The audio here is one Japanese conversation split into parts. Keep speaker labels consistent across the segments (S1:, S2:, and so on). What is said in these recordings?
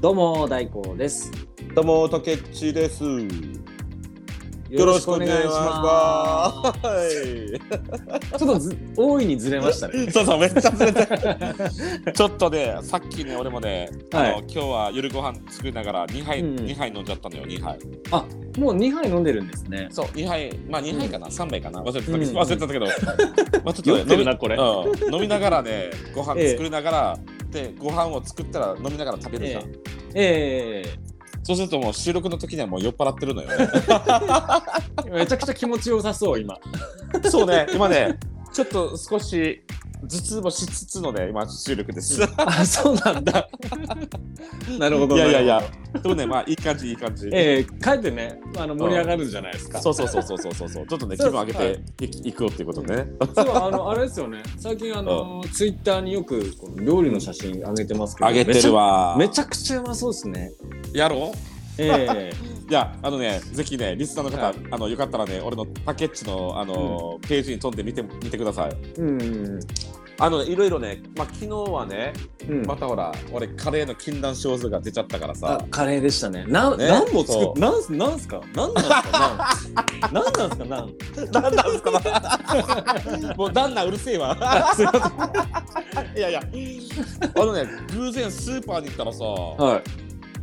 S1: どうも大光です。
S2: どうも、たけっちです。よろしくお願いします。は
S1: す。ちょっとず大いにずれましたね。
S2: いそうそう、めっちゃずれ た。ちょっとね、さっきね、俺もね、あの
S1: はい
S2: 今日 は夜ご飯作りながら2杯、
S1: うん
S2: 二杯飲んじゃったのよ、2杯。
S1: あ、もう2杯飲んでるんですね。
S2: そう、2杯、まあ2杯かな、三3杯かな、忘れてた,、
S1: うん
S2: 忘れてたけど、 まあちょ
S3: 酔
S2: っと、
S3: って
S2: ね、
S3: る
S2: 飲
S3: なこれ、
S2: みうん飲みながらね、ご飯
S1: ええ
S2: 作りながら、で、ご飯を作ったら飲みながら食べるじゃん。
S1: え
S2: そうするともう収録の時にはもう酔っ払ってるのよね。
S1: えめちゃくちゃ気持ちよさそう 今。
S2: そうね、今ね、ちょっと少し頭痛もしつつのね、今収録です。
S1: あ、そうなんだ。 なるほど。
S2: いやいやい
S1: な
S2: や
S1: るほど。、
S2: でもね、まあいい感じ、いい感じ。
S1: ええ帰ってね、あの盛り上がるんじゃないですか。
S2: そうそうそうそうそうそうそう、ちょっとね、気
S1: そう
S2: 分上げていきいくよっていうことね。
S1: そうあのあれですよね。最近あのツイッターによくこの料理の写真上げてますけど。
S2: 上げてるわ。
S1: めちゃ。めちゃくちゃうまそうですね。
S2: やろ
S1: ええ
S2: う。いや、あのね、ぜひね、リスナーの方、
S1: はい
S2: あのよかったらね、俺のタケッチのあの、ページに飛んで見て見てください。
S1: うん
S2: あのねいろいろね、まあ昨日はね、
S1: うん。
S2: またほら、俺カレーの禁断症状が出ちゃったから
S1: あ
S2: さ。
S1: カレーでしたね。なん、
S2: ね
S1: なんも
S2: そ
S1: 作っ
S2: う
S1: なんすなんすか。なんなんすか。なんなんなんすか。なん。
S2: なんなんですか。もう旦那うるせ えわ。
S1: すいま
S2: いやいや。あのね、偶然スーパーに行ったらさ。
S1: せん。はい。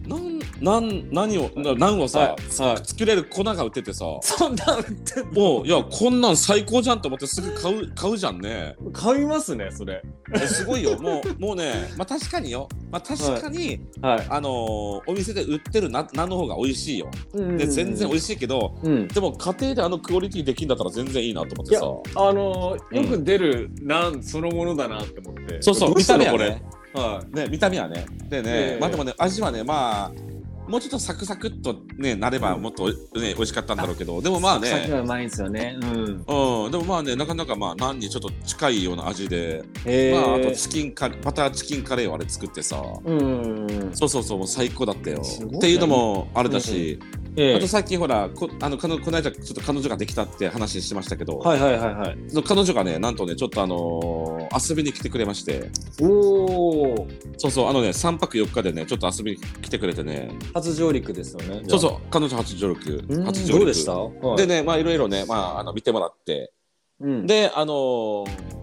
S2: なん、なん、何を、な何をさ、
S1: はい。
S2: 作れる粉が売っててさ。
S1: そんなんって
S2: もう、いや、こんなん最高じゃんと思って、すぐ 買う、買うじゃんね。
S1: 買いますねそれ。
S2: えすごいよ、もう、もうね、まあ、確かによ、まあ、確かに、
S1: はい。
S2: あのーお店で売ってるな、なんの方が美味しいよ。で、全然美
S1: 味し
S2: 味しいけど、
S1: い。うん。
S2: でも、家庭であのクオリティできんだったら、全然いいなと思っ
S1: い
S2: て
S1: や
S2: さ。
S1: あのーよく出るなんそのものだなって思って。
S2: そうそう、
S1: ど
S2: 見
S1: したの
S2: た目
S1: これ
S2: はね。。
S1: は
S2: ね、見た目はね。で
S1: え
S2: ね
S1: え、
S2: まあ、でもね、味はね、まあ。もうちょっとサクサクっとね、なれば、もっと、ね、美味しかったんだろうけど、でも、まあ
S1: い。
S2: ね。
S1: はうまいんですよね。うん。
S2: うん、でもまあね、なかなかまあ、ナンにちょっと近いような味で、
S1: へえ。
S2: まあ、あとチキンカレー、バターチキンカレーをあれ作ってさ、
S1: うん。
S2: そうそうそう、もう最高だったよ。
S1: すごいね
S2: っていうのもあれだし、
S1: ええ
S2: あと最近ほら、こあの彼女この間ちょっと彼女ができたって話しましたけど、
S1: はいはいはいはい。
S2: その彼女がね、なんとね、ちょっとあのー遊びに来てくれまして、
S1: おお。
S2: そうそう、あのね、3泊4日でね、ちょっと遊びに来てくれてね、
S1: 初上陸ですよね。
S2: そうそう、彼女初上陸
S1: う、ん
S2: 初上陸。
S1: どうでした？はい
S2: でね、まあいろいろね、まあ、あの見てもらって、
S1: うん
S2: であのー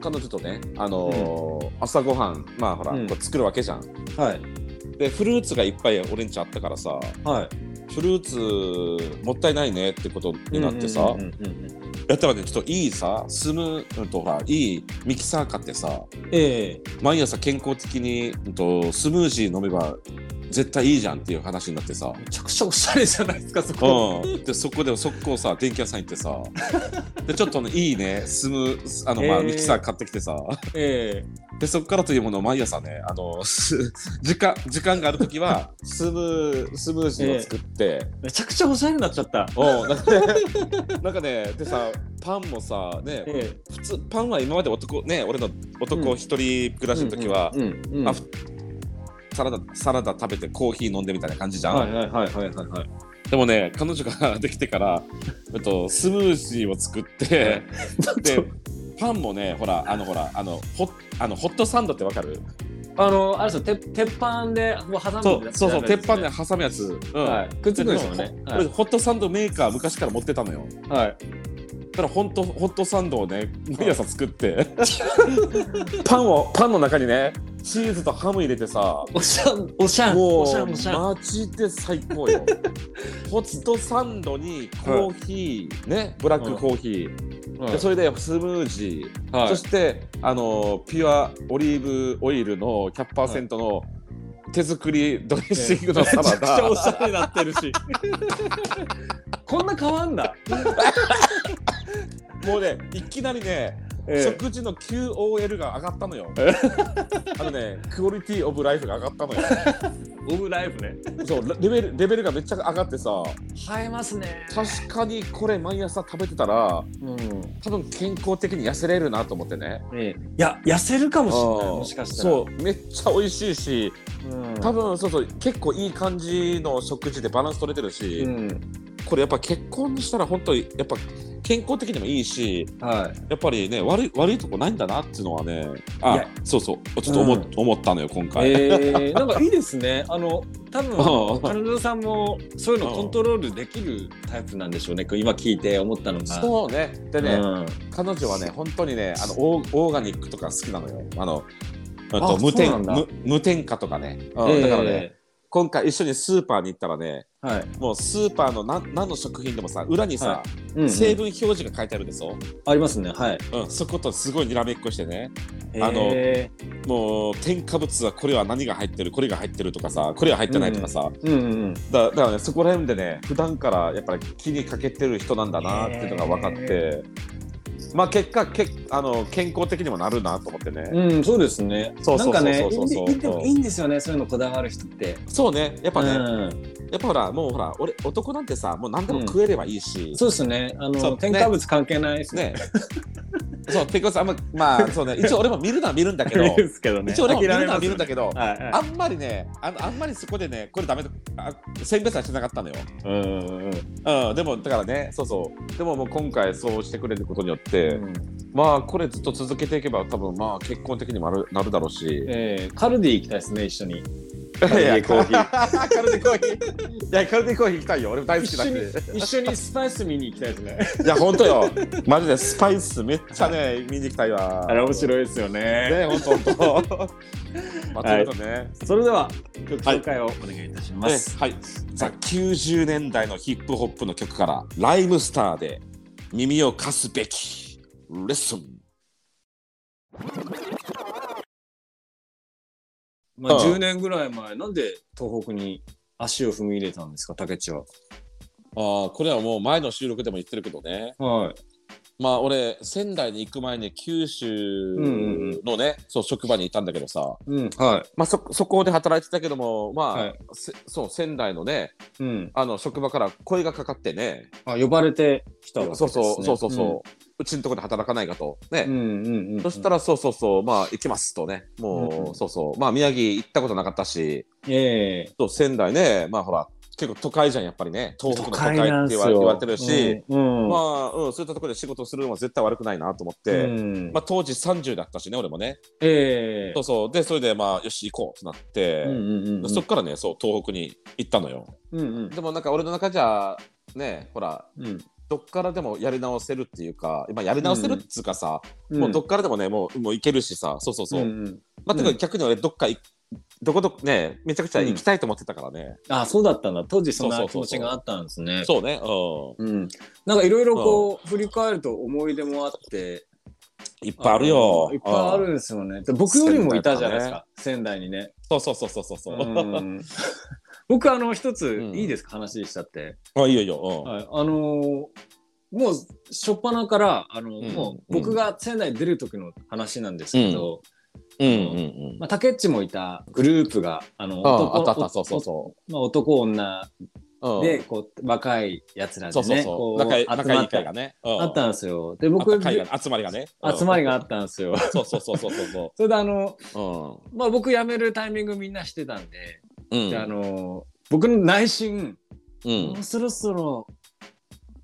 S2: 彼女とねあのー朝ごはんまあほら、
S1: うん
S2: こう作るわけじゃん
S1: はい
S2: でフルーツがいっぱい俺んちあったからさ
S1: はい。
S2: フルーツもったいないねってことになってさ、
S1: うんうんうんうん
S2: やったらねちょっといいさスムーうんとほらいいミキサー買ってさ
S1: ええ
S2: 毎朝健康的に、うん、とスムージー飲めば絶対いいじゃんっていう話になってさ
S1: めちゃくちゃおしゃれじゃないですかそこ。
S2: うん、でそこで速攻さ電気屋さん行ってさでちょっとねいいねスムーあの、ま
S1: へ
S2: あ、
S1: ー
S2: ミキサー買ってきてさ
S1: え
S2: でそこからというものを毎朝ねあのす時間時間がある時はスムースムージーを作って、
S1: えめちゃくちゃおしゃれになっちゃった。
S2: おうなんかねなんかねでさパンもさね、
S1: え
S2: 普通パンは今まで男ね俺の男一人暮らしの時は、
S1: うんうんうん
S2: あふサラダサラダ食べてコーヒー飲んでみたいな感じじゃん、
S1: はいはいはいはいはいはい。
S2: でもね彼女ができてからえっとスムージーを作 ってでパンもねほらあのほらあのホッあのホットサンドってわかる
S1: あのあれですよ鉄鉄板でもう挟んで
S2: そ
S1: る
S2: う
S1: やつ
S2: そうそう、鉄板で
S1: ね。
S2: 挟むやつ。うん
S1: はい。くっつくんですよね。
S2: で
S1: は
S2: 俺ホットサンドメーカー昔から持ってたのよ。
S1: い。はい
S2: だから本当ホットサンドをね毎朝作って、 パンをパンの中にねチーズとハム入れてさ、
S1: おしゃんおしゃん
S2: も
S1: おしゃ
S2: うん
S1: おしゃん。
S2: マジで最高 よ。ホットサンドにコーヒー、ねブラックコーヒー、
S1: はい
S2: でそれでスムージー。
S1: はい
S2: そしてあのピュアオリーブオイルの100%の手作りドレッシングのサラ
S1: め
S2: ダ、
S1: ちゃくちゃおしゃれになってるし。 こんな変わんだ。
S2: もうねいきなりね、
S1: え
S2: 食事の QOL が上がったのよあのねクオリティオブライフが上がったのよ
S1: オブライフね。
S2: そうレベルレベルがめっちゃ上がってさ
S1: 映えますね。
S2: 確かにこれ毎朝食べてたら
S1: うん。
S2: 多分健康的に痩せれるなと思ってね
S1: ええ、いや痩せるかもしれない
S2: うん
S1: もしかしたら
S2: そうめっちゃ美味しいし
S1: う、ん、
S2: 多分そうそう結構いい感じの食事でバランス取れてるし、
S1: うん、
S2: これやっぱ結婚したら本当にやっぱ健康的にもいいし
S1: は
S2: やっぱりね悪い悪いとこないんだなっていうのはねあ
S1: いや
S2: そうそうちょっと思,、
S1: うん
S2: 思ったのよ今
S1: い。
S2: 回、
S1: えー、なんかいいですね。あの多
S2: うん
S1: 分彼女さんもそういうのコントロールできるタイプなんでしょうね。今聞いて思ったのが。
S2: そうねで
S1: う
S2: ね、
S1: ん
S2: 彼女はね本当にねあのオーオーガニックとか好きなのよあのうんと
S1: あ
S2: 無
S1: そ
S2: 添
S1: うなんだ
S2: 無無添加とかね、うん
S1: えー
S2: だからね今回一緒にスーパーに行ったらね
S1: はい。
S2: もうスーパーの何何の食品でもさ裏にさ、
S1: はうんうん
S2: 成分表示が書いてあるでしょ、
S1: ありますね。はい。
S2: うん、そことすごいにらめっこしてねあの
S1: へ
S2: もう添加物はこれは何が入ってるこれが入ってるとかさこれは入ってないとかさ、
S1: ーうんうんうん。
S2: だだからねそこら辺でね普段からやっぱり気にかけてる人なんだなっていうのが分かってまあ結果けあの健康的にもなるなと思ってね、
S1: うん、そうですね。
S2: そう
S1: な
S2: そ
S1: ん
S2: う
S1: か
S2: そう
S1: ね、
S2: そうそうそう
S1: いいんでいいんでもいいんですよね。そういうのこだわる人って。
S2: そうねやっぱね、や
S1: う
S2: っぱほらもうほら俺男なんてさもう何でも食えればいいし、
S1: ん。そうですね。あ
S2: そう
S1: の
S2: ね
S1: 添加物関係ないですね。
S2: ねそうてかさあんままあそうね一応俺も見るのは見るんだけど
S1: すけど
S2: 一応俺も見る
S1: 諦め
S2: の
S1: ま
S2: は
S1: す
S2: 見るんだけど
S1: はいはい
S2: あんまりねあのあんまりそこでねこれダメだあ選別はしてなかったのよ。
S1: うんうん
S2: うん、でもだからねそうそうでももう今回そうしてくれることによって、
S1: うん。
S2: まあこれずっと続けていけば多分まあ結婚的にもなるなるだろうし
S1: えーカルディ行きたいですね、一緒に。
S2: いやいや
S1: カルディコ
S2: カルディコーヒ ーいやカルディコーヒー行きたいよ俺も大好き
S1: 一
S2: だ
S1: 緒
S2: し
S1: に、一緒にスパイス見に行きたいですね。
S2: いや本当よマジでスパイスめっちゃね見に行きたいわ
S1: 白いですよね。
S2: ね本当本当 まあということでね、
S1: それでは、曲紹介をお願いいたしま
S2: え
S1: す。
S2: はい、ザ90年代のヒップホップの曲から「ライムスター」で耳を貸すべき「レッスン」
S1: まあ、
S2: うん
S1: 10年ぐらい前、なんで東北に足を踏み入れたんですか、竹内は。
S2: ああこれはもう前の収録でも言ってるけどね
S1: はい。
S2: まあ俺仙台に行く前に九州
S1: うんうんうん
S2: のね、そう職場にいたんだけどさ、
S1: うん、は
S2: まあ、そそこで働いてたけどもまあ、
S1: はい
S2: せそう仙台のね
S1: い。うん。
S2: あの職場から声がかかってね
S1: あ、呼ばれてきたわけです
S2: そ
S1: ね。
S2: うそうそうそうそう、うちのところで働かないかとね、
S1: うん。うんうんうん。
S2: そしたらそうそうそうまあ行きますとねもう、
S1: うんうん
S2: そうそうまあ宮城行ったことなかったし
S1: ええ
S2: そう仙台ねまあほら結構都会じゃんやっぱりね東北の都会って言われ言われてるし、、
S1: うんうん
S2: まあ、うん、そういったところで仕事するのは絶対悪くないなと思っ
S1: う
S2: て。
S1: ん
S2: まあ、当時30だったしね俺もね
S1: ええ
S2: そうそうでそれでまあよし行こうってなって、
S1: うんうんうんうん
S2: そっからねそう東北に行ったのよ
S1: うんうん
S2: でもなんか俺の中じゃねほら
S1: うん
S2: どっからでもやり直せるっていうか、まあ、やり直せるっつうかさ、
S1: うん
S2: もうどっからでもねもうもう行けるしさそうそうそう、
S1: んん
S2: まあ、てか
S1: うん
S2: 逆に俺どっかいどこどこねめちゃくちゃ行きたいと思ってたからね、
S1: あそうだったんだ当時そん
S2: そ
S1: な
S2: う
S1: 気
S2: そう
S1: 持
S2: そうそ
S1: ち
S2: う
S1: があったんですね
S2: そうねう
S1: うんなんかいろいろこう振り返ると思い出もあって
S2: んいっぱいあるよ
S1: のいっぱいあるんですよねで僕よりもいたじゃないですか仙台にね
S2: そうそうそうそうそうそう、
S1: うん 僕あの一つ
S2: うん
S1: いいですか話しちゃって
S2: あいいよいいよ、うん
S1: はいあのーもう初っ端からあの
S2: うん
S1: もう僕が仙台出る時の話なんですけど
S2: うんうんうん
S1: まあ、竹内もいたグループが、あの、
S2: あ
S1: 男
S2: あったあったそうそうそ
S1: まあ、男女
S2: うん
S1: で、こう、若い奴らで
S2: そう
S1: ね、
S2: そうそ
S1: こ
S2: う
S1: う
S2: 仲いい
S1: 集まって
S2: 仲いい会がね、うん
S1: あったんですよ。で、
S2: あ
S1: 僕、
S2: った会が集まりがね
S1: 集まりがあ
S2: て
S1: ったんですよ。
S2: そうそうそうそうそ
S1: それで、あの、
S2: うそ
S1: まあ、僕辞めるタイミングみんなしてたんで、
S2: ううんうん
S1: であの、僕の内心、
S2: うん
S1: もうそろそろ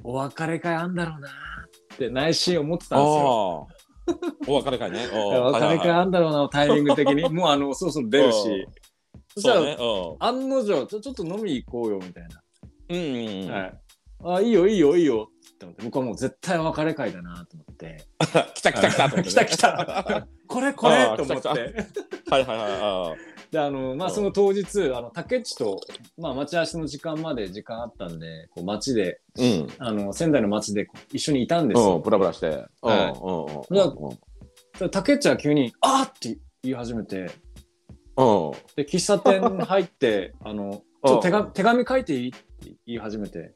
S1: お別れ会あんだろうなって内心思ってた
S2: ああ
S1: んですよ。
S2: お別れ会ね
S1: お
S2: お
S1: 別れ会あんだろうな、タイミング的 に。もう、あの、そろそろ出るし。そした
S2: そ
S1: ら、
S2: うねう
S1: 案の定ちょ、ちょっと飲み行こうよ、みたいな。
S2: んうんうん
S1: はい、あいいよいいよいいよって思って僕はもう絶対別れ会だなと思って
S2: 来た来た来たと思ってね
S1: 来た来たこれこれ
S2: あー
S1: と思っ
S2: 来た来
S1: て
S2: はいはいはいあ
S1: であのまあ
S2: うん
S1: その当日あの竹内と、まあ、待ち合わせの時間まで時間あったんでこう街で
S2: ーうん
S1: あの仙台の街でこう一緒にいたんです
S2: うん、
S1: よ
S2: ブラブラして。うん
S1: はい
S2: うんうんうん
S1: で竹内は急に「あっ!」って言い始めて
S2: うん
S1: で喫茶店入ってあのちょっと手 が手紙書いていいって言い始めて、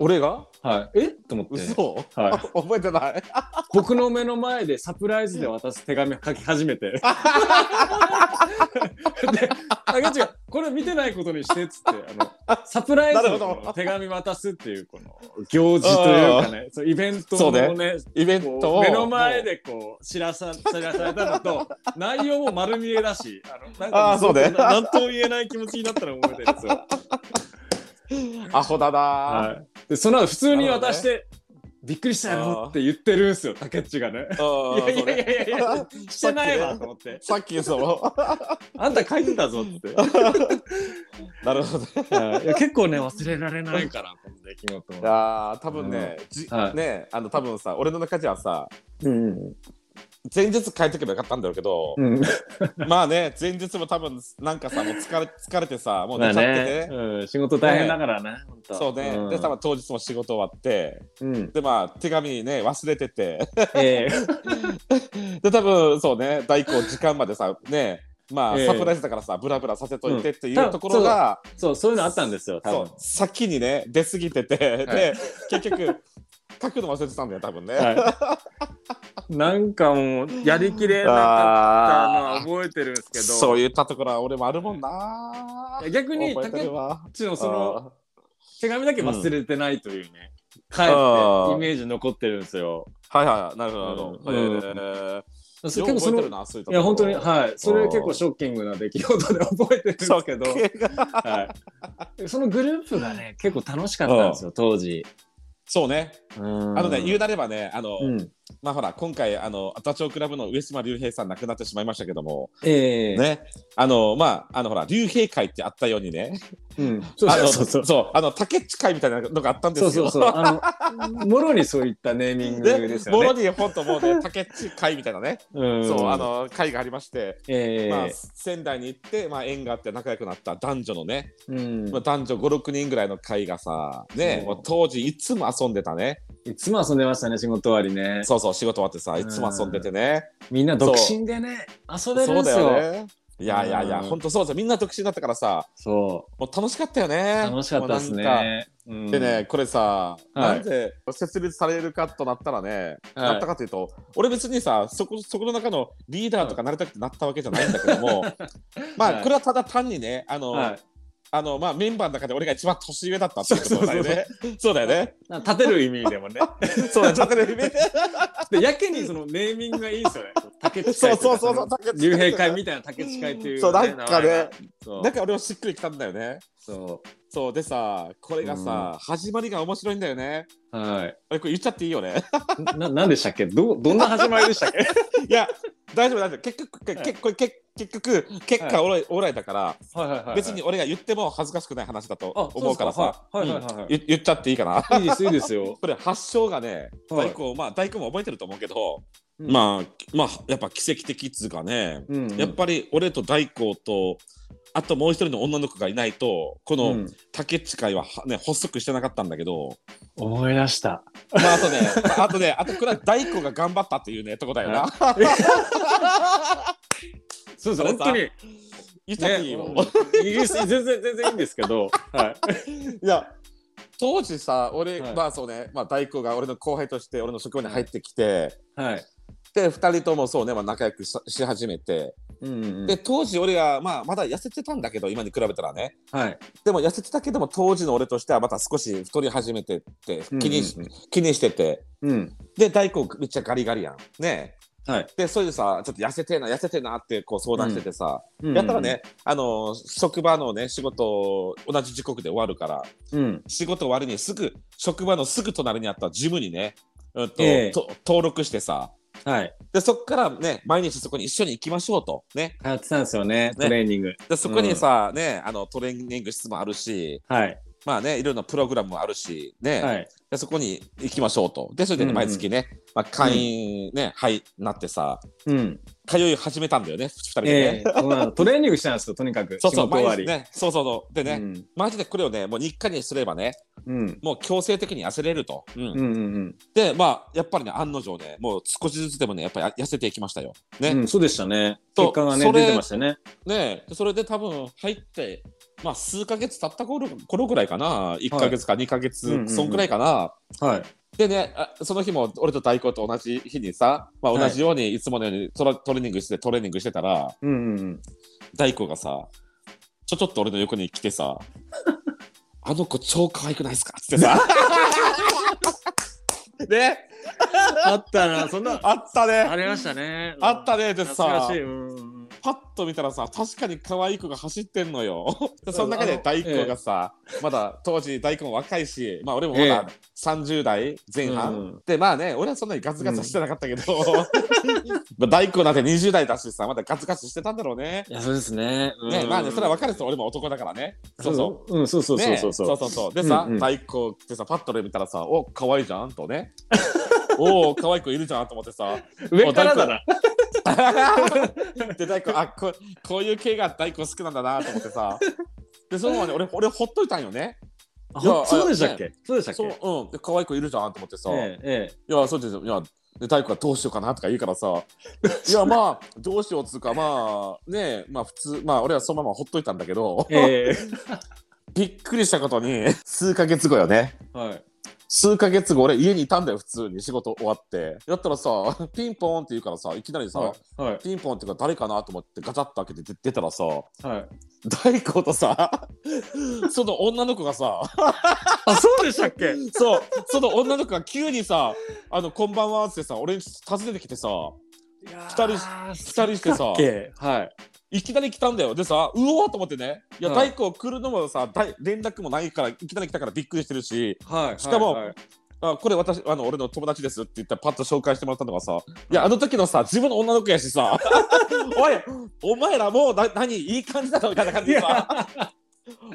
S2: 俺が
S1: はい、えっと思って、
S2: 嘘、
S1: はい、
S2: 覚えてない
S1: 僕の目の前でサプライズで渡す手紙書き始め て。で、竹内がこれ見てないことにしてっつって、あの、サプライズ
S2: なるほ
S1: の
S2: ど
S1: 手紙渡すっていう、この行事というかね、そうイベントの
S2: そ
S1: ね、
S2: イベン
S1: こう
S2: トを。
S1: 目の前でこう知ら さ知らされたのと、内容も丸見えだし、あのなん
S2: あーそうね
S1: なんとも言えない気持ちになったのを覚えてるんです よ。
S2: もう。アホだな、
S1: はい、でその後普通に渡して、びっくりしたよって言ってるんすよ、竹内がね。いやいやいやいやいや、してないわと思って。
S2: さっきのそ の
S1: あんた書いてたぞって。
S2: なるほど
S1: はいいや結構ね、忘れられないから、この出来事は。
S2: あー多分ね、じ
S1: はい
S2: ねあの多分さ俺の中じゃさ
S1: うん
S2: 前日変えとけばよかったんだろうけど、
S1: うん。うん。
S2: まあね前日も多分なんかさもう疲れ 疲れてさもう寝ちゃってて、
S1: うん仕事大変だからね、本当
S2: そうね、で多分当日も仕事終わって
S1: うん。うん。
S2: でまあ手紙ね忘れてて
S1: ええ。
S2: で多分そうね代行時間までさねまあ、
S1: ええ
S2: サプライズだからさブラブラさせといてってい
S1: うん
S2: うところが、
S1: そう、そういうのあったんですよ、多
S2: そ
S1: 分
S2: う。先にね出過ぎてて、で結局書くの忘れてたんだよ多分ね。
S1: はい、なんかもうやりきれなかったのは
S2: あ
S1: 覚えてるんですけ
S2: ー
S1: ど
S2: そういったところは俺もあるもんな。
S1: 逆に
S2: 覚えて
S1: 竹
S2: るわ
S1: 内のその手紙だけ忘れてないというね、かえ
S2: あ
S1: って
S2: ー
S1: イメージ残ってるんですよ。
S2: はいはいなるほどなるほど。
S1: うん
S2: えー
S1: そ
S2: よ
S1: れ
S2: く
S1: 結構その
S2: 覚えてるなそういう
S1: い
S2: ところ
S1: や本当にはいそれ
S2: うん
S1: 結構ショッキングな出来事で覚えてるんですけど、はい、 そのグループがね結構楽しかったんですよ当時。
S2: そうね
S1: あ
S2: あのね、言
S1: う
S2: うなればねあの、
S1: ん、
S2: まあほら今回あのダチョウ倶楽部の上島竜兵さん亡くなってしまいましたけども、
S1: ええ
S2: ねあのまああのほら竜兵会ってあったようにね
S1: うん、そう
S2: あの
S1: そうそう
S2: あの竹内会みたいなのがあったんです
S1: そ
S2: よ
S1: うそうそうあのもろにそういったネーミングですよ
S2: もの
S1: ね。
S2: に本当もうね竹内会みたいなね、
S1: うん
S2: そうあの会がありまして、
S1: ええ
S2: まあ、仙台に行って、まあ、縁があって仲良くなった男女のね、
S1: うん
S2: まあ、男女56人ぐらいの会がさね、
S1: そう
S2: もう当時いつも遊んでたね
S1: いつも遊んでましたね、仕事終わりね。
S2: そうそう仕事終わってさいつも遊んでてね、
S1: みんな独身でね、遊べる
S2: そ
S1: んで
S2: うだ
S1: すよ。
S2: よねいやいやいや、
S1: うん
S2: 本当そうですよみんな独身だったからさ
S1: そ
S2: もう楽しかったよね
S1: う。楽しかったです
S2: もうなんか
S1: ね。うん
S2: でね、これさ、
S1: い
S2: なんで設立されるかとなったらね、
S1: はい
S2: なったかというと、俺別にさ、そこそこの中のリーダーとかなりたくてなったわけじゃないんだけ ども、ま
S1: は
S2: あ
S1: い
S2: これはただ単にね、あの、
S1: はい
S2: あのまあメンバーの中で俺が一番年上だったっていうことだよね。そうだよね。
S1: なんか立てる意味でもね。
S2: そうだよ。立てる意味で
S1: で、やけにそのネーミングがいいんですよ ね。竹内
S2: そ
S1: 会
S2: う
S1: と
S2: そ
S1: か
S2: うそうそう。竹内
S1: 竜兵会みたいな竹内会っていう、
S2: そうなんか
S1: 名前
S2: ね
S1: が。、そう
S2: なんか俺はしっくりきたんだよね。
S1: そ
S2: そうでさ、これがさ、始まりが面白いんだよね。
S1: う。はい。
S2: あれこれ言っちゃっていいよね。
S1: な、 なんでしたっけど、どんな始まりでしたっけ
S2: いや、大丈夫、大丈夫。結局、け結構、け結局、結果オーライ、オーライだから、
S1: はいはいは
S2: 別に俺が言っても恥ずかしくない話だと
S1: あ
S2: 思うからさ、
S1: そうですかはいはいはいはい
S2: うん言言っちゃっていいかな。
S1: いいです、いいですよ。
S2: これ発祥がね、
S1: はい
S2: 大工、まあ大工も覚えてると思うけど、
S1: うん
S2: まあ、まあ、やっぱ奇跡的っつうかね、
S1: うん
S2: やっぱり俺と大工と、あともう一人の女の子がいないと、こ
S1: う
S2: の
S1: ん
S2: 竹内会ははね、発足してなかったんだけ ど、
S1: 思い出した。
S2: まああとね、あとね、あとこれは大工が頑張ったっていうね、とこだよな。
S1: そうそう、本当に。
S2: 言っちゃっていい
S1: ね、
S2: よ。
S1: イギリス全然全然いいんですけど、はい
S2: や当時さ俺、
S1: はい
S2: まあそうね、まあ、大工が俺の後輩として俺の職場に入ってきて、
S1: いはい。
S2: で2人ともそうね、まあ、仲良くしし始めて、
S1: うんうんうん
S2: で当時俺が、まあ、まだ痩せてたんだけど今に比べたらね
S1: はい。
S2: でも痩せてたけども当時の俺としてはまた少し太り始めてって気に,、
S1: うんうん
S2: 気にしてて
S1: うん。
S2: で大工めっちゃガリガリやんね
S1: はい。
S2: でそれでさちょっと痩せてえな痩せてえなってこう相談しててさ、
S1: うん
S2: やったらね、あの職場のね仕事同じ時刻で終わるから
S1: うん。
S2: 仕事終わりにすぐ職場のすぐ隣にあったジムにね、うんと
S1: ええ
S2: と登録してさ
S1: はい。
S2: でそこからね毎日そこに一緒に行きましょうとね
S1: 通ってたんですよね、トレーニング。
S2: でそこにさ、ねあのトレーニング室もあるし
S1: はい。
S2: まあねいろんなプログラムもあるしね、
S1: はい。
S2: でそこに行きましょうとでそれで、
S1: うんう
S2: ね、
S1: ん
S2: 毎月ね、まあ、会員ね、はいなってさ
S1: うん。
S2: 通い始めたんだよね2人で
S1: え
S2: ね。
S1: えそうなのトレーニングしたんですよ、とにかく。
S2: そうそう
S1: 仕事終わ
S2: 毎
S1: り。
S2: 日ね、そうそうそうでね、
S1: うん
S2: マジでこれをねもう日課にすればね
S1: うん。
S2: もう強制的に痩せれると、うん
S1: うんうん
S2: でまあやっぱりね案の定ねもう少しずつでもねやっぱり痩せていきましたよ。ね,、
S1: うんうん。そうでしたね。
S2: そう
S1: 結果がね、
S2: それ
S1: 出てましたね。
S2: ねそれで多分入ってまあ数ヶ月経った頃頃ぐらいかな1ヶ月か2ヶ月、
S1: うんうんうん
S2: そんぐらいかな。
S1: はい。
S2: でねあその日も俺と大工と同じ日にさ、まあ、
S1: はい
S2: 同じようにいつものようにトラトレーニングしてトレーニングしてたら
S1: うんうん
S2: 大工がさちょちょっと俺の横に来てさ「あの子超可愛くないですか?」っ てさ。ね
S1: あったな、そんな。
S2: あったね
S1: ありましたね。
S2: あったねで
S1: 懐か
S2: さ
S1: しい。うんうん
S2: パッと見たらさ確かに可愛い子が走ってん のよでその中で大工がさ、まだ当時大工も若いしまあ俺もまだ30代前半、
S1: うん
S2: でまあね俺はそんなにガツガツしてなかったけど、 まあ大工なんて20代だしさまだガツガツしてたんだろうね。
S1: いや、そうですね。
S2: ねまあねそれは分かる
S1: す
S2: 人俺も男だからね。そ
S1: そうう
S2: そう
S1: そう。うん、そうそうそう
S2: ね
S1: そうそう。
S2: そうそうそうでさ、
S1: うんうん
S2: 太鼓ってさパッとで見たらさ「お可愛いじゃん」とね 「おお可愛い子いるじゃん」と思ってさ
S1: 上からだな。
S2: で太鼓あここういう系が太鼓好きなんだなと思ってさでそのままね俺俺ほっといたんよね
S1: あ
S2: いや
S1: そうでしたっけそうでしたっ
S2: そう
S1: け
S2: うんで可愛い子いるじゃんと思ってさ「
S1: えええ
S2: いやそうですよいやで太鼓はどうしようかな」とか言うからさ「いやまあどうしよう」っつうかまあねまあ普通まあ俺はそのままほっといたんだけど、
S1: ええ
S2: びっくりしたことに数ヶ月後よね
S1: えはい。
S2: 数ヶ月後俺家にいたんだよ普通に仕事終わってやったらさ ピンポーンって言うからさいきなりさ、
S1: はい。はい。
S2: ピンポンっていうか誰かなと思ってガチャッと開けて出出たらさ
S1: はい。
S2: 大工とさ その女の子がさ
S1: あ、そうでしたっけ
S2: そうその女の子が急にさ「あのこんばんは」っつってさ俺に訪ねてきてさ
S1: 二
S2: 人し二人してさ
S1: はい。
S2: いきなり来たんだよでさうおーと思ってねいや
S1: は
S2: 大
S1: い
S2: 工来るのもさ大連絡もないからいきなり来たからびっくりしてるし
S1: はい。
S2: しかも
S1: はいはい
S2: あこれ私あの俺の友達ですって言ったらパッと紹介してもらったのがさいやあの時のさ自分の女の子やしさおいお前らもうな何いい感じだろみたいな感じでさ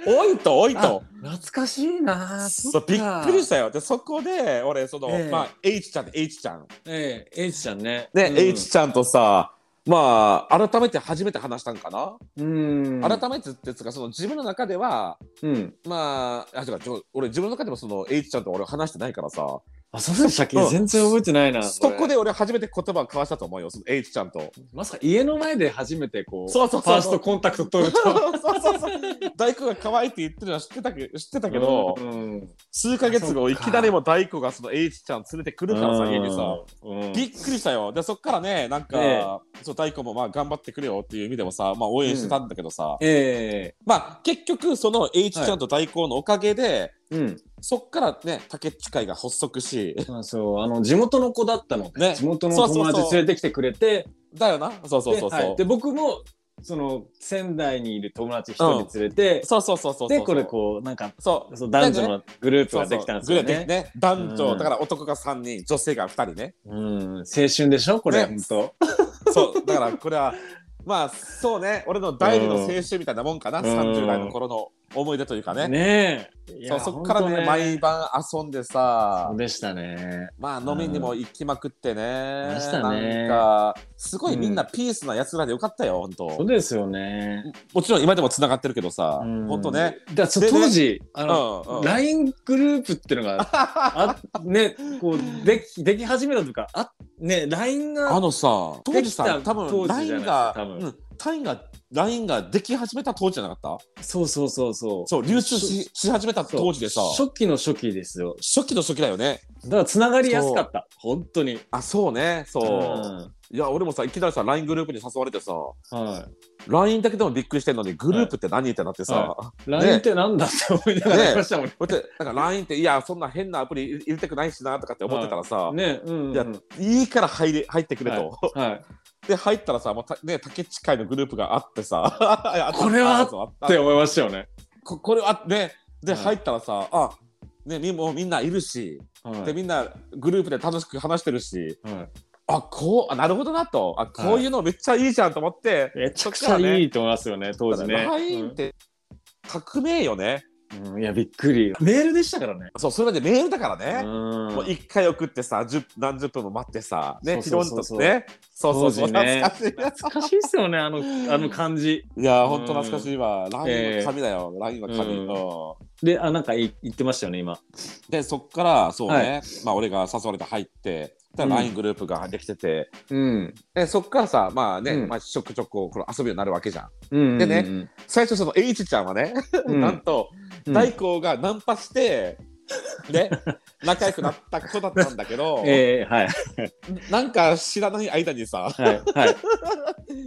S2: おいとおいと
S1: 懐かしいな。。
S2: そうびっくりしたたよでそこで俺その、
S1: ええ
S2: まあ H ちゃん H ちゃん
S1: ええ、H ちゃんね。
S2: ね、
S1: うん
S2: H ちゃんとさまあ改めて初めて話したんかな、
S1: うん。
S2: 改めてってつうかその自分の中では
S1: うん。
S2: まああ違うちょ俺自分の中でもその H ちゃんと俺話してないからさ
S1: あ、そうでしたっけ
S2: うん
S1: 全然覚えてないな。
S2: そこ
S1: れ。
S2: で俺初めて言葉を交わしたと思うよその H ちゃんと。
S1: まさか家の前で初めてこう、
S2: そうそうそ
S1: ファ
S2: う
S1: ーストコンタクト取るとは。
S2: そうそうそう大工が可愛いって言ってるのは知ってたけ知ってたけど、
S1: うん。
S2: 数ヶ月後
S1: あ
S2: い
S1: そっか
S2: きなりもう大工がその H ちゃん連れてくるからさ家にさ
S1: うん。
S2: びっくりしたよでそっからねなんか、
S1: え
S2: そう大工もまあ頑張ってくれよっていう意味でもさ、まあ、応援してたんだけどさ、
S1: え
S2: まあ結局その H ちゃんと大工のおかげで、
S1: え。うん。
S2: そっからね竹内会が発足し
S1: まあそう、あの、地元の子だったので、
S2: ね
S1: 地元の
S2: そうそう
S1: 友
S2: そう
S1: 達連れてきてくれて、
S2: だよなそうそうそうそう、
S1: ではいで僕も、その、仙台にいる友達一人連れて、
S2: そうそうそうそうそう
S1: で、これこう、なんか、
S2: そう
S1: そう男女
S2: なんかね
S1: のグループ
S2: そう
S1: が
S2: そう
S1: できたんですよ
S2: グレーで
S1: ね。
S2: ね男女、
S1: うん
S2: だから男が3人女性が2人ね
S1: うん、青春でしょこれ、
S2: ね
S1: 本当。
S2: そうだからこれはまあそうね俺の第二の青春みたいなもんかな、
S1: うん
S2: 30代の頃の思い出というかね
S1: ねえ。いや
S2: そうそこからね毎晩遊んでさ
S1: そうでしたね。
S2: まあ飲みにも行きまくってね,、
S1: ましたね
S2: なんかすごいみんなピースなやつらでよかったよ、
S1: そ
S2: 本
S1: う
S2: 当
S1: ですよね。
S2: もちろん今でもつながってるけどさ、
S1: うん
S2: 本当ね。
S1: だそう
S2: でね
S1: 当時、あの、
S2: うんうん
S1: LINE グループっていうのが、 あね、こう、でき、でき始めたというか、あ、ね、LINE
S2: あ
S1: が、
S2: のさ当時
S1: で
S2: さ
S1: きた
S2: 多
S1: 当
S2: 分
S1: 時じゃない
S2: LINE が
S1: 多分
S2: うん、LINE が LINE ができ始めた当時じゃなかった
S1: そうそうそうそう。
S2: そう流通しし始めた
S1: そう
S2: 当時でさ
S1: 初期の初期ですよ。
S2: 初期の初期だよね
S1: だから、つながりやすかった。本当に。
S2: あそうねそう、
S1: ん
S2: いや俺もさいきなりさ LINE グループに誘われてさ
S1: は
S2: LINE だけでもびっくりしてんのにグループって何ってなってさ、
S1: は LINE ってなんだって思いながらやりましたもんね。
S2: こうやってなんか LINE っていやそんな変なアプリ入入れたくないしなとかって思ってたらさ、
S1: ね、うん、うん。
S2: いやいいから入れ入ってくれと、
S1: はい。
S2: で入ったらさ、またね、竹内会のグループがあってさ いやあった
S1: これは
S2: あそうあった
S1: って思いましたよね。
S2: ここれはねで、
S1: はい
S2: 入ったらさあねみもうみんないるし、
S1: は
S2: でみんなグループで楽しく話してるし
S1: い。はい
S2: あこうあなるほどなとあこういうのめっちゃいいじゃんと思って、
S1: めちゃくちゃいいと思いますよね、当時ね。
S2: LINE って革命よね。
S1: うんうんいや、びっくり。メールでしたからね。
S2: そう、それまでメールだからね。も
S1: も
S2: う一回送ってさ、10何十分も待ってさ、ね、ピ
S1: そ
S2: ロ
S1: う
S2: ン
S1: そう
S2: と
S1: そう
S2: ね。そうそうそ
S1: 当
S2: う、
S1: 時ね
S2: 懐かし
S1: 懐かしいっすよね、あの、あの感じ。
S2: い。いやー、ほんと懐かしいわ。LINE
S1: え
S2: の
S1: え
S2: 紙だよ。LINE の紙。
S1: うん
S2: うん
S1: で、あ、なんかい言ってましたよね、今。
S2: で、そっから、そうね、まあ、俺が誘われて入って、だから
S1: うん
S2: LINE グループができてて、
S1: うん。
S2: で、そっからさ、まあね、
S1: うん
S2: まあ、ちょくちょくこうこれ遊ぶようになるわけじゃん。
S1: うん。
S2: でね最初、その H ちゃんはね、
S1: うん、
S2: なんと、
S1: うん
S2: 大光がナンパして、ね、仲良くなった子だったんだけ ど、
S1: ええはい。
S2: なんか知らない間にさ、
S1: はい。はい。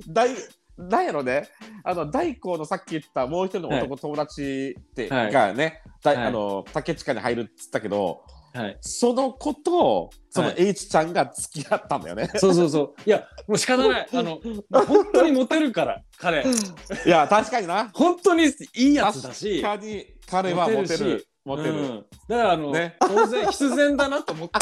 S2: 大なんやろね、あの大光のさっき言ったもう一人の男友達って、
S1: はい
S2: がね、だい
S1: はい
S2: あの竹地下に入るっつったけど、
S1: はい。
S2: その子とその
S1: はい
S2: H ちゃんが付き合ったんだよね
S1: そうそうそう。いや、もう仕方 ない。あの、本当にモテるから、彼。
S2: いや確かにな
S1: 本当にいいやつだし。
S2: 確かに彼はモテるモテる
S1: うんだから、あの、
S2: ね
S1: 当然必然だなと思った。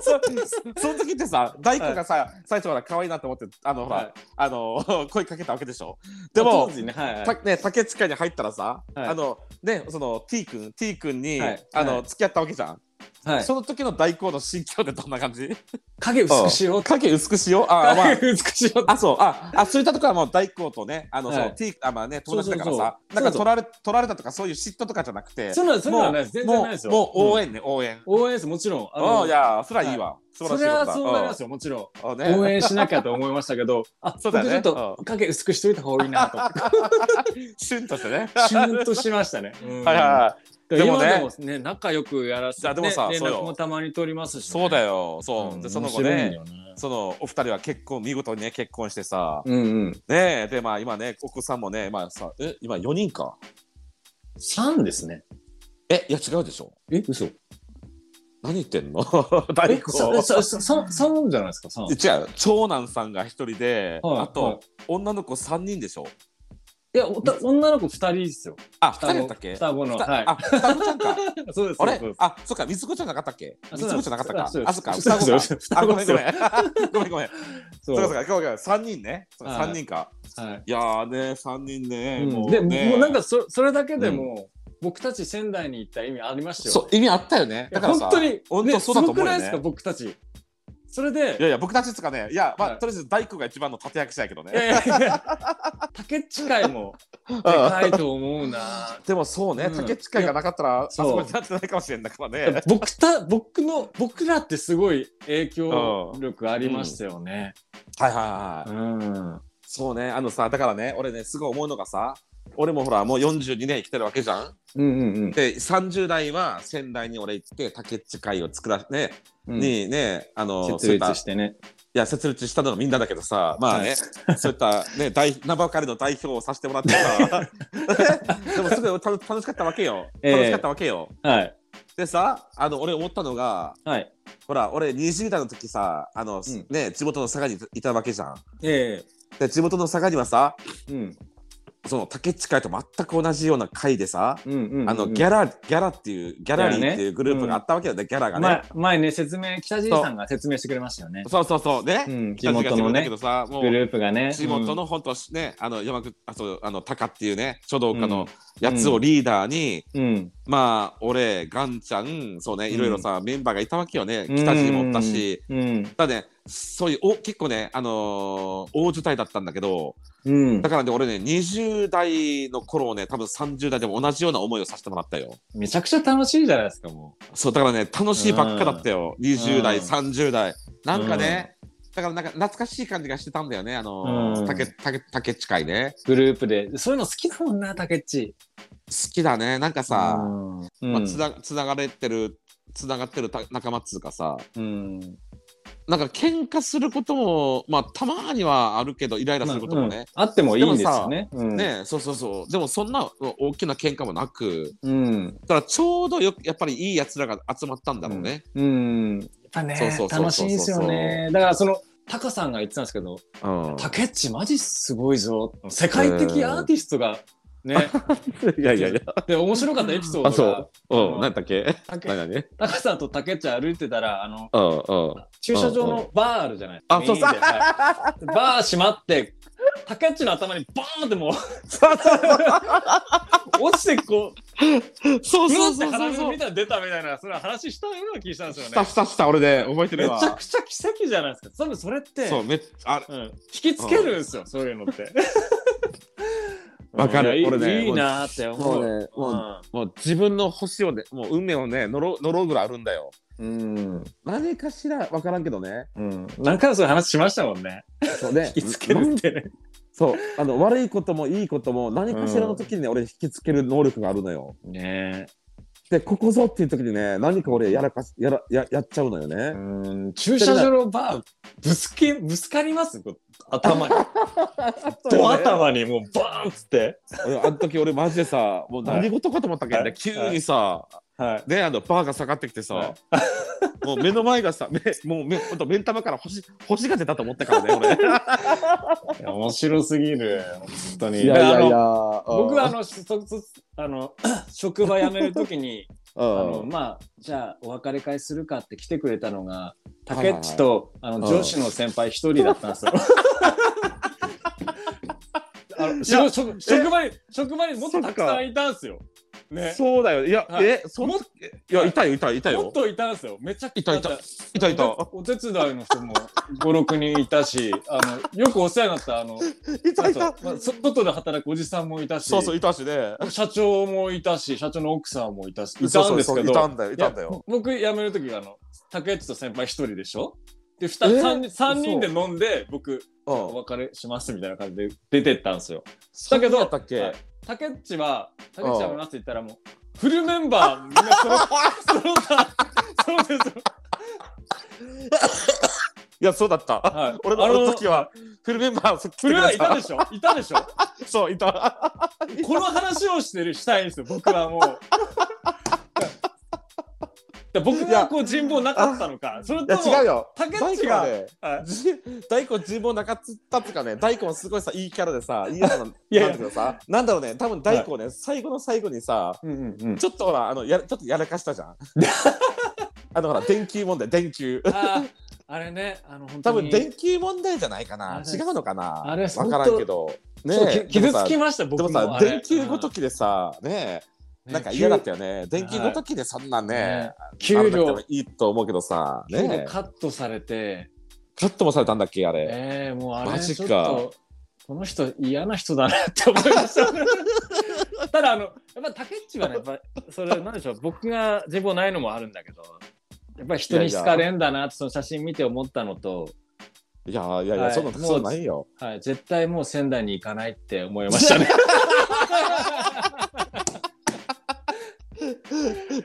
S2: そ その時ってさ大工がさ、最初ほら可愛いなと思ってあのほら、
S1: はい
S2: あの 声かけたわけでしょ でも
S1: 当時ね、はい、はい。
S2: たね、竹近に入ったらさ、
S1: はい
S2: あのねその T 君 T 君に、
S1: はい
S2: あの
S1: はい
S2: 付き合ったわけじゃん、
S1: はい、
S2: その時の大工の心境ってどんな感じ
S1: 影薄くしようって。
S2: 影薄くしよう あ、まあ、
S1: 影薄くしようって。
S2: あそうああそういったところはもう大工とねあの、
S1: はい
S2: その T あまあね友達だから
S1: そう
S2: さ
S1: そうそう
S2: なんか取られ取られたとかそういう嫉妬とかじゃなくて
S1: そういうのは、そういうのはないです。全然
S2: も
S1: ないです
S2: う
S1: よ。
S2: もう
S1: うん
S2: 応援ね、応援
S1: 応援です、もちろん。あ
S2: あ
S1: の
S2: あいやそれはいいわ、素
S1: そ
S2: 晴
S1: れ
S2: らし
S1: は
S2: いことだ
S1: そうなりますよ、もちろん。
S2: うんあね
S1: 応援しなきゃと思いましたけ ど、あ、
S2: そうだね
S1: 僕ちょっと影薄くしといた方がいいなと、
S2: シュンとしてね。
S1: シュンとしましたね。うん
S2: はいはいはい。
S1: で
S2: でも
S1: も
S2: ね
S1: ねもね仲良くやらせ
S2: いや
S1: て、
S2: でもさ
S1: ね連
S2: そうよ
S1: 絡もたまに取りますし、ね、
S2: そうだよ。そう。
S1: ん
S2: でその
S1: 面
S2: 後
S1: 白いんだ
S2: ね。
S1: よね
S2: そのお二人は結婚見事にね結婚してさ、
S1: うんうん
S2: ねえでまあ今ねお子さんもねまあさえ今四人か
S1: 三ですね
S2: えいや違うでしょ
S1: え嘘
S2: 何言ってんの
S1: え
S2: 大工
S1: ささささ三じゃないですか三
S2: 違う長男さんが一人で、
S1: はい
S2: あと、
S1: はい
S2: 女の子三人でしょ
S1: いやおた女の子二人ですよ
S2: あ二人だったっけ
S1: 双子の
S2: ふた
S1: はい
S2: あ双子ちゃ んか
S1: そうですそ
S2: あ
S1: うで
S2: れ
S1: す
S2: あそっか三つ子ちゃんなかったっけ
S1: あ
S2: 三
S1: そう
S2: つ
S1: なんです
S2: 子ちゃんなかったか
S1: そうです
S2: あそっか
S1: そう
S2: 双
S1: ですそう
S2: 子
S1: です
S2: かあごめんごめん
S1: 双
S2: ごめんごめん
S1: そう
S2: そうか、そうか、三人ね。そう
S1: はい
S2: 三人か。
S1: はい
S2: いやーね、三人ね。
S1: うん
S2: もう
S1: で
S2: ね
S1: もうなんかそそれだけでも僕たち仙台に行った意味ありましたよ
S2: そう、意味あったよね。だからさ、
S1: 本当に、ね、
S2: 本当そうだと思う
S1: すごくな
S2: よ
S1: いですか
S2: ね。
S1: 僕たちそれ
S2: いや
S1: で
S2: いや、僕たちですかね。いや、まあ、
S1: はい
S2: とりあえず大工が一番の立役者やけど
S1: いや
S2: ね。
S1: いやいや竹近いも
S2: うん
S1: でかいと思うな
S2: でもそうね、
S1: うん
S2: 竹近いがなかったら、あ
S1: そう
S2: そこになってないかもしれん だからね。
S1: 僕た僕の僕らってすごい影響力ありましたよね。
S2: はいはいはい。
S1: うん。
S2: そうね、あのさ、だからね、俺ね、すごい思うのがさ、俺もほら、もう42年生きてるわけじゃん。
S1: うんうん
S2: で、30代は仙台に俺行って、竹近いを作らしね、
S1: うん。
S2: にね、あの、
S1: 設
S2: そういった
S1: 立してね。
S2: いや、設立したのはみんなだけどさ、まあね、そういったね、大名ばかりの代表をさせてもらって さ、でもすごい楽楽しかったわけよ。
S1: ええ
S2: 楽しかったわけよ。
S1: はい
S2: でさ、あの、俺思ったのが、
S1: はい。
S2: ほら、俺20代の時さ、あ
S1: う
S2: の、
S1: ん
S2: ね、地元の佐賀にいたわけじゃん。
S1: え
S2: で、地元の佐賀にはさ、
S1: えうん
S2: その竹近いと全く同じような会でさ、
S1: うんうんうん。
S2: あの、ギャラ、ギャラっていう、ギャラリーっていうグループがあったわけだね、ギャラがね。
S1: 前前ね説明北爺さんが説明してくれましたよね。
S2: そうそうそう、ね。
S1: うん地元の
S2: だ
S1: ね
S2: けどさ、もう
S1: グループがね。
S2: 地元の本当ね、あの山口あそうあの高っていうね書道家の
S1: う
S2: や
S1: ん
S2: つをリーダーに、
S1: うん
S2: まあ俺ガンちゃんそうねいろいろさ、メンバーがいたわけよね北地もおったし、。
S1: うん
S2: だからねそういうお結構ねあのー大所帯だったんだけど
S1: うん
S2: だ。からね俺ね20代の頃ね多分30代でも同じような思いをさせてもらったよ
S1: めちゃくちゃ楽しいじゃないですかも
S2: そうだからね楽しいばっかだったよ、20代、
S1: うん
S2: 30代なんかね、だからなんか懐かしい感じがしてたんだよねあのー
S1: うん
S2: 竹竹竹近いね
S1: う。グループでそういうの好きだもんな竹内。
S2: 好きだねなんかさ、
S1: うん
S2: まあ、つなつながれてるつながってるた仲間っつうかさ
S1: うん。
S2: なんか喧嘩することもまあたまにはあるけどイライラすることもね、
S1: まあうんあってもいいんですよね。うん
S2: ねそうそうそうでもそんな大きな喧嘩もなく
S1: うん。
S2: だからちょうどよくやっぱりいいやつらが集まったんだろうね、
S1: うん。やっぱね
S2: そうそうそうそうそう
S1: 楽しいんですよね。だからその、タカさんが言ってたんですけど、
S2: うん
S1: タケッチマジすごいぞ。世界的アーティストが、ね。
S2: いやいやいや
S1: で、面白かったエピソー
S2: あ
S1: ド
S2: そ
S1: が
S2: う、うん何だっけ
S1: タケ
S2: 何何うん
S1: タカさんとタケッチ歩いてたら、あの、
S2: うんあ
S1: 駐車場のバーあるじゃないですか。
S2: あそうそう
S1: メインではいバー閉まって、タケッチの頭にバーンっても
S2: そうそう
S1: う落ちてこう、
S2: そう
S1: ブ
S2: そ
S1: ルンって
S2: うそうそ
S1: 鼻
S2: う
S1: 水
S2: そう
S1: みたいなの出たみたいな、それ話したような気がしたんですよ
S2: し
S1: ね
S2: た。したした俺で覚えて
S1: め
S2: る
S1: ち
S2: わ
S1: ゃくちゃ奇跡じゃないですか。多分それって、
S2: そうめっあ
S1: うん、引きつけるんですよ、そういうのって。
S2: わかる
S1: いや
S2: 俺ね
S1: いいいなーって思う。
S2: もうねもうもう自分の星をねもう運命をね呪う呪うぐらいあるんだよ
S1: うん。
S2: 何かしら分からんけどね
S1: うん。何回もそういう話しましたもんね。
S2: そうね
S1: 引きつけるってね。
S2: そうあの悪いこともいいことも何かしらの時にね、俺引きつける能力があるのよ
S1: ね
S2: でここぞっていう時にね何か俺やらかしやらややっちゃうのよね、
S1: うん。駐車場のバー、ぶつけ、ぶつかりますこう頭 に。ド頭にもうバーンっつって。
S2: 俺あの時俺マジでさもう何事かと思ったけど
S1: は
S2: ね、
S1: い
S2: 急にさ、
S1: はい。
S2: であのバーが下がってきてさ、
S1: はい
S2: もう目の前がさ目もう目ほんと目ん玉から星星が出たと思ったからね俺
S1: いや面白すぎる。本当に。
S2: いやいやいや
S1: あの 僕
S2: 僕
S1: はあの、そそそあの 職場辞めるときに、
S2: う
S1: あ
S2: ん
S1: の、まあ、じゃあお別れ会するかって来てくれたのが、
S2: い
S1: タ
S2: はい
S1: ケ
S2: はい
S1: ッチと、あの、
S2: うん
S1: 上司の先輩一人だったん ですよ。あの
S2: い
S1: 職
S2: や
S1: 職職場に職場にもっとたくさんいたんですよ。ね。
S2: そうだよいや、
S1: はい
S2: えそ
S1: もっ
S2: のいやいたよいたよいた
S1: もっ
S2: よ
S1: といたんですよ。めちゃくちゃ
S2: いたいた
S1: だって
S2: いたいた
S1: お手伝いの人も56人いたしあのよくお世話になったあの
S2: いたい
S1: あ
S2: た
S1: とまあそ外で働くおじさんもいたし
S2: そうそういたしね
S1: 社長もいたし社長の奥さんもいたしい
S2: そう
S1: た
S2: そ
S1: ん
S2: う
S1: です
S2: そう
S1: けど
S2: いたんだよいたんだ
S1: い
S2: よ
S1: や僕辞める時があの竹内と先輩一人でしょで
S2: え
S1: 3
S2: ー
S1: 人三人で飲んで僕
S2: う
S1: お
S2: ん
S1: 別れしますみたいな感じで出てったんですよ
S2: だけ
S1: けど
S2: どだっけ、
S1: はい竹内は竹内辞めますって言ったらもうフルメンバーみんなそろ 揃ったそうですよ
S2: いやそうだった、
S1: はい
S2: 俺の
S1: あ
S2: あ
S1: の
S2: の時はフルメンバー
S1: フルメンバーいたで
S2: し
S1: しょ いたでしょ
S2: ょそういた
S1: この話をしてるしたいんですよ僕はもうで僕がこう人望なかったのかそれ
S2: い
S1: と
S2: や
S1: も
S2: 違うよ
S1: 竹
S2: 大
S1: 内
S2: 工
S1: が、
S2: はね
S1: はい
S2: じ大根自分を中つったっていうかね大根はすごいさいいキャラでさいいやつなん
S1: いやいや
S2: なんだけどさなんだろうね多分大根をね、最後の最後にさ
S1: うんうんうん
S2: ちょっとほらあのやちょっとやらかしたじゃん あのほら電球問題電球
S1: ああれね、あの本
S2: 多
S1: 当
S2: 分
S1: に
S2: 電球問題じゃないかな
S1: あれ
S2: 違うのかな
S1: あれ
S2: 分からんけどね
S1: そう
S2: え
S1: き傷つ
S2: でもさ
S1: きました、
S2: で
S1: 僕
S2: も
S1: も
S2: さ
S1: あれ
S2: 電球ごときでさねえなんか嫌だったよね電球ごときでそんなね
S1: 給
S2: あ
S1: 給
S2: るんだった
S1: 料
S2: らいいと思うけどさ
S1: 給料
S2: ねえ
S1: カットされて、
S2: カットもされたんだっけあれ、
S1: えー、もうあ
S2: マ
S1: れ
S2: ジ
S1: ち
S2: か
S1: ょっとこの人嫌な人だなって思いました。ただあのやっぱ竹内はね、やっぱそれなんでしょう、僕が自分ないのもあるんだけど。やっぱり人に好かれんだなってその写真見て思ったのと、
S2: いやいやいや、
S1: はい
S2: そんな
S1: もう
S2: そうないよ
S1: はい、絶対もう仙台に行かないって思いましたね。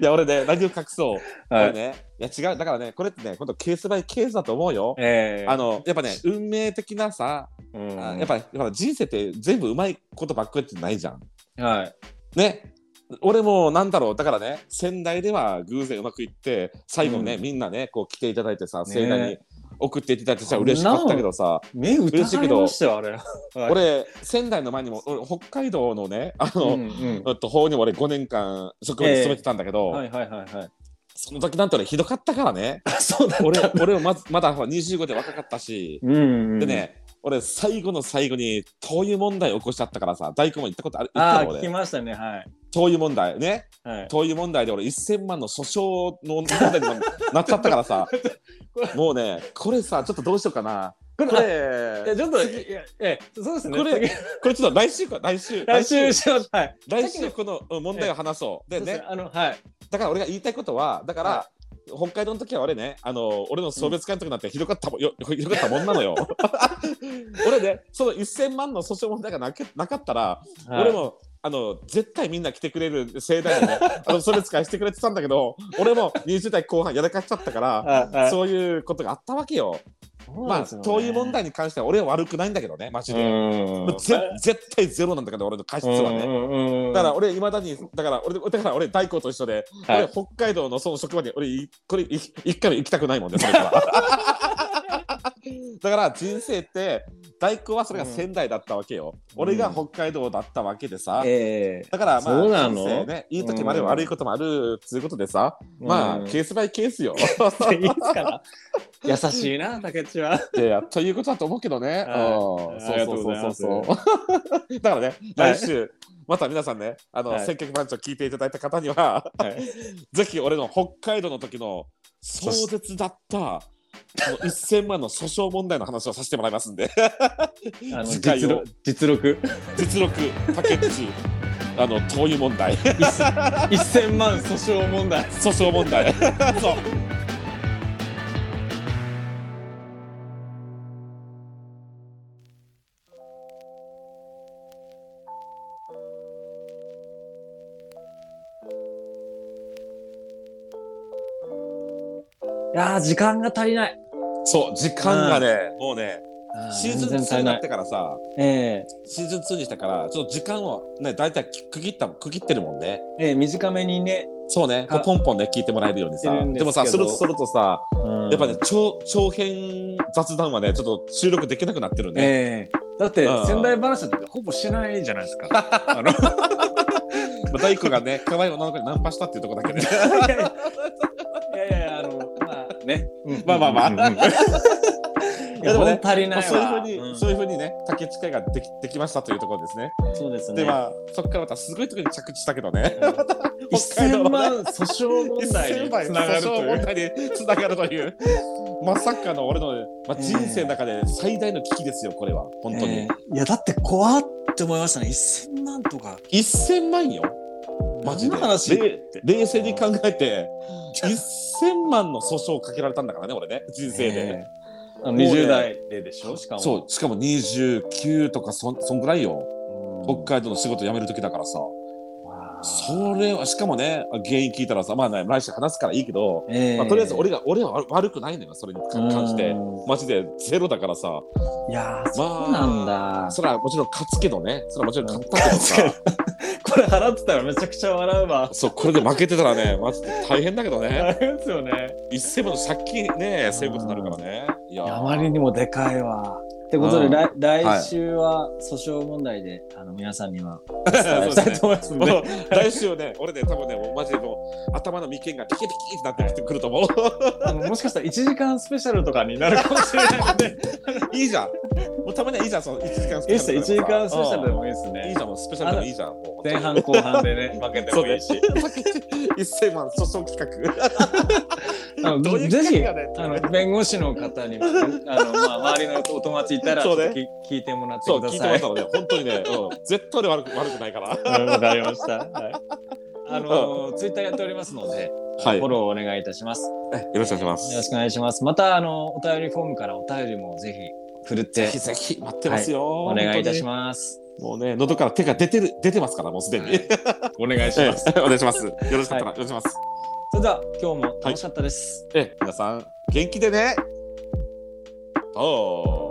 S2: いや俺ね何を隠そう
S1: は
S2: これ
S1: い、
S2: ね、いや違うだからねこれってね今度ケースバイケースだと思うよ。
S1: えー
S2: あのやっぱね運命的なさ、
S1: うん
S2: あやっぱりほら人生って全部うまいことばっかりってないじゃん。
S1: はい、
S2: ね俺もなんだろうだからね仙台では偶然うまくいって最後ね、
S1: うん
S2: みんなねこう来ていただいてさ
S1: ね
S2: 盛大に送っていただいてさ嬉しかったけどさ
S1: 目疑いましたよあれ。はい
S2: 俺仙台の前にも俺北海道のねあ
S1: うん
S2: の、
S1: うん
S2: えっと方にも俺5年間職場に勤めてたんだけど、
S1: はいはいはいはい。
S2: その時なんて俺ひどかったか らね
S1: そうだった
S2: 俺俺もまずまだほら25で若かったし
S1: うんうんうん
S2: で。ね、俺最後の最後に灯油問題起こしちゃったからさ大根も言ったことある言っ
S1: あ
S2: た
S1: あ
S2: の
S1: 聞き
S2: 俺
S1: ましたねはい
S2: 灯油問題ね
S1: はい。
S2: 灯油問題で俺1000万の訴訟の問題にもなっちゃったか らさもうねこれさちょっとどうしようかなこれ
S1: いや
S2: こ
S1: ちょっといやえそうですね。
S2: これ
S1: 次
S2: れちょっと来週か来週
S1: 来週しますはい。
S2: 来週このうん問題を話そうで
S1: そうです
S2: ね
S1: ねあのはい
S2: だから俺が言いたいことはだから、
S1: は
S2: 北海道の時は俺ね、あの俺の送別会の時なんてひどかったもん、 よひどかったもんなのよ。俺ね、その1000万の訴訟問題がなけなかったら、
S1: はい
S2: 俺もあの絶対みんな来てくれる盛大に ねあのそれ使いしてくれてたんだけど俺も20代後半やらかしちゃったから
S1: はいはい
S2: そういうことがあったわけよ。
S1: そう
S2: ま
S1: な
S2: あ
S1: んですよね
S2: そういう問題に関しては俺は悪くないんだけどねマジ
S1: う
S2: で。
S1: ん
S2: もうぜ絶対ゼロなんだけど俺の過失はね。
S1: うんうん
S2: だから俺いまだにだから俺だから俺大工と一緒で、
S1: はい
S2: 俺北海道のその職場に俺いこれい一回も行きたくないもんねそれからだから人生って大工はそれが仙台だったわけよ、
S1: うん
S2: 俺が北海道だったわけでさ、
S1: ええ
S2: だからまあ
S1: そうなの
S2: 人生ねいい時もあれば
S1: うん
S2: 悪いこともあるっていうことでさ、まあ
S1: うん
S2: ケースバイケ ースよ
S1: いいですから優しいな竹内は。
S2: いやいやということだと思うけどね、
S1: は
S2: うん
S1: い
S2: そ
S1: あ
S2: う
S1: りがと
S2: そう
S1: うござい
S2: そう
S1: ます
S2: そうそう だからね
S1: はい
S2: 来週、また皆さんねあの、
S1: はい
S2: 接客番長聞いていただいた方には ぜひ俺の北海道の時の壮絶だった あの1000万の訴訟問題の話をさせてもらいますんで
S1: あの
S2: 次回
S1: 実
S2: を
S1: 録実録
S2: 実力竹内あの灯油問題 訴
S1: 一千万訴訟問題。
S2: 訟問題そう
S1: いやー時間が足りない。
S2: そう時間がね、もうねシーズ
S1: 全
S2: ン
S1: 然足り
S2: 2にな
S1: な
S2: っ
S1: い
S2: て。からさ
S1: え
S2: シーズン2にしたからちょっと時間をね大体区切った区切ってるもんね
S1: えええ短めにね
S2: そうね、こう
S1: あ
S2: ポンポンね、聞いてもらえるようにさ。
S1: いるんですけ
S2: で
S1: ど
S2: もさ、するとするとさ、
S1: うん
S2: やっぱね、長長編雑談はね、ちょっと収録できなくなってるね。
S1: ええだって
S2: うん
S1: 仙台話なんてほぼしてないじゃないですか。あの
S2: まあ、大工がね、可愛い女の子にナンパしたっていうところだけね。
S1: いやいやいやあのまあね。
S2: まあまあ まあ
S1: うんうんうんいやでもね物足りな
S2: まあ、
S1: い
S2: そういうふ
S1: わ
S2: うに、
S1: うん
S2: そういうふうにね、竹近いができできましたというところですね。
S1: そうですね。
S2: で、まあ、そこからまたすごいところに着地したけどね。北海道
S1: 1000
S2: は
S1: 万訴訟問題に
S2: 1000倍
S1: つながると
S2: 訴
S1: い
S2: 訟問
S1: う。
S2: 題に つながるという。まさかの俺の、まあ、人生の中で最大の危機ですよ、これは。本当に。
S3: えーいやだって怖って思いましたね1000万とか
S2: 1000万よ。マジで。
S3: 何の話
S2: れ冷静に考えて、1000万の訴訟をかけられたんだからね、俺ね、人生で。
S3: え
S1: あの20代ででしょしかも。
S2: そう、しかも29とかそん、そんぐらいよ。北海道の仕事辞める時だからさ。それは、しかもね、原因聞いたらさ、まあ、ね、来週話すからいいけど、
S3: え
S2: まあ、とりあえず俺が、俺は悪悪くないのよ、それに関関して。マジでゼロだからさ。
S3: いやー
S2: ま
S3: そうなんだ
S2: それはもちろん勝つけどね。それはもちろん勝ったけどさ。
S1: これ払ってたらめちゃくちゃ笑うわ。
S2: そう、これで負けてたらね、マジで大変だけどね。
S1: あれですよね。
S2: 1000万の借金ね、そういうことになるからね。いや
S3: いや
S2: ー
S3: あまりにもでかいわ
S1: ってこと
S2: う
S1: で、
S2: ん
S1: 来
S2: はい
S1: 来週は訴訟問題で、あの皆さんには
S2: そう
S1: 伝え
S2: です
S1: た
S2: ね
S1: いと思いますの
S2: も
S1: で、
S2: う 来週ね、俺ね、多分ね、もうマジでもう頭の眉間がピキピキってなってくると思う。
S1: あのもしかしたら1時間スペシャルとかになるかもしれないので、
S2: いいじゃん。もうたまにはいいじゃん、その1時間ス
S1: いい
S2: ペ
S1: っ
S2: シ
S1: す
S2: ャル。
S1: 1時間スペシャルで
S2: も。
S1: もいいです
S2: いい
S1: ね。
S2: じゃん、もうスペシャルでもいいじゃん。もう
S1: 前半後半でね、負けて
S2: そう
S1: も
S2: ね
S1: いいし。
S2: 1000万訴訟企画。
S1: あの
S2: どういう
S1: ぜ
S2: 企
S1: ひ
S2: 画だよ
S1: あの弁護士の方にもあの、まあ、周りのお友達いたらち
S2: そ
S1: ょっ
S2: う
S1: と
S2: ね
S1: 聞聞いてもらって
S2: そう、
S1: く
S2: 聞
S1: ださ
S2: いてま
S1: い
S2: した。ので、本当にね、うん、絶対俺悪く悪くないから。
S1: うんわかりました。はい、あのツイッターやっておりますので、
S2: はい、
S1: フォ
S2: よ
S1: ローお願いいたします。よ
S2: ろしくお願いします。
S1: ろしくお願いします。またあのお便りフォームからお便りもぜひ振るって
S2: ぜひぜひ待ってますよ、
S1: お願いいたし
S2: ま
S1: ます。
S2: す。もうね、喉から手が出てる、出てますから、もうすでに。
S1: お願いします。
S2: お願いします。よろしかったら、よろしくお願いします。
S1: それでは今日も楽しかったです。
S2: ええ、皆さん、元気でね。おー。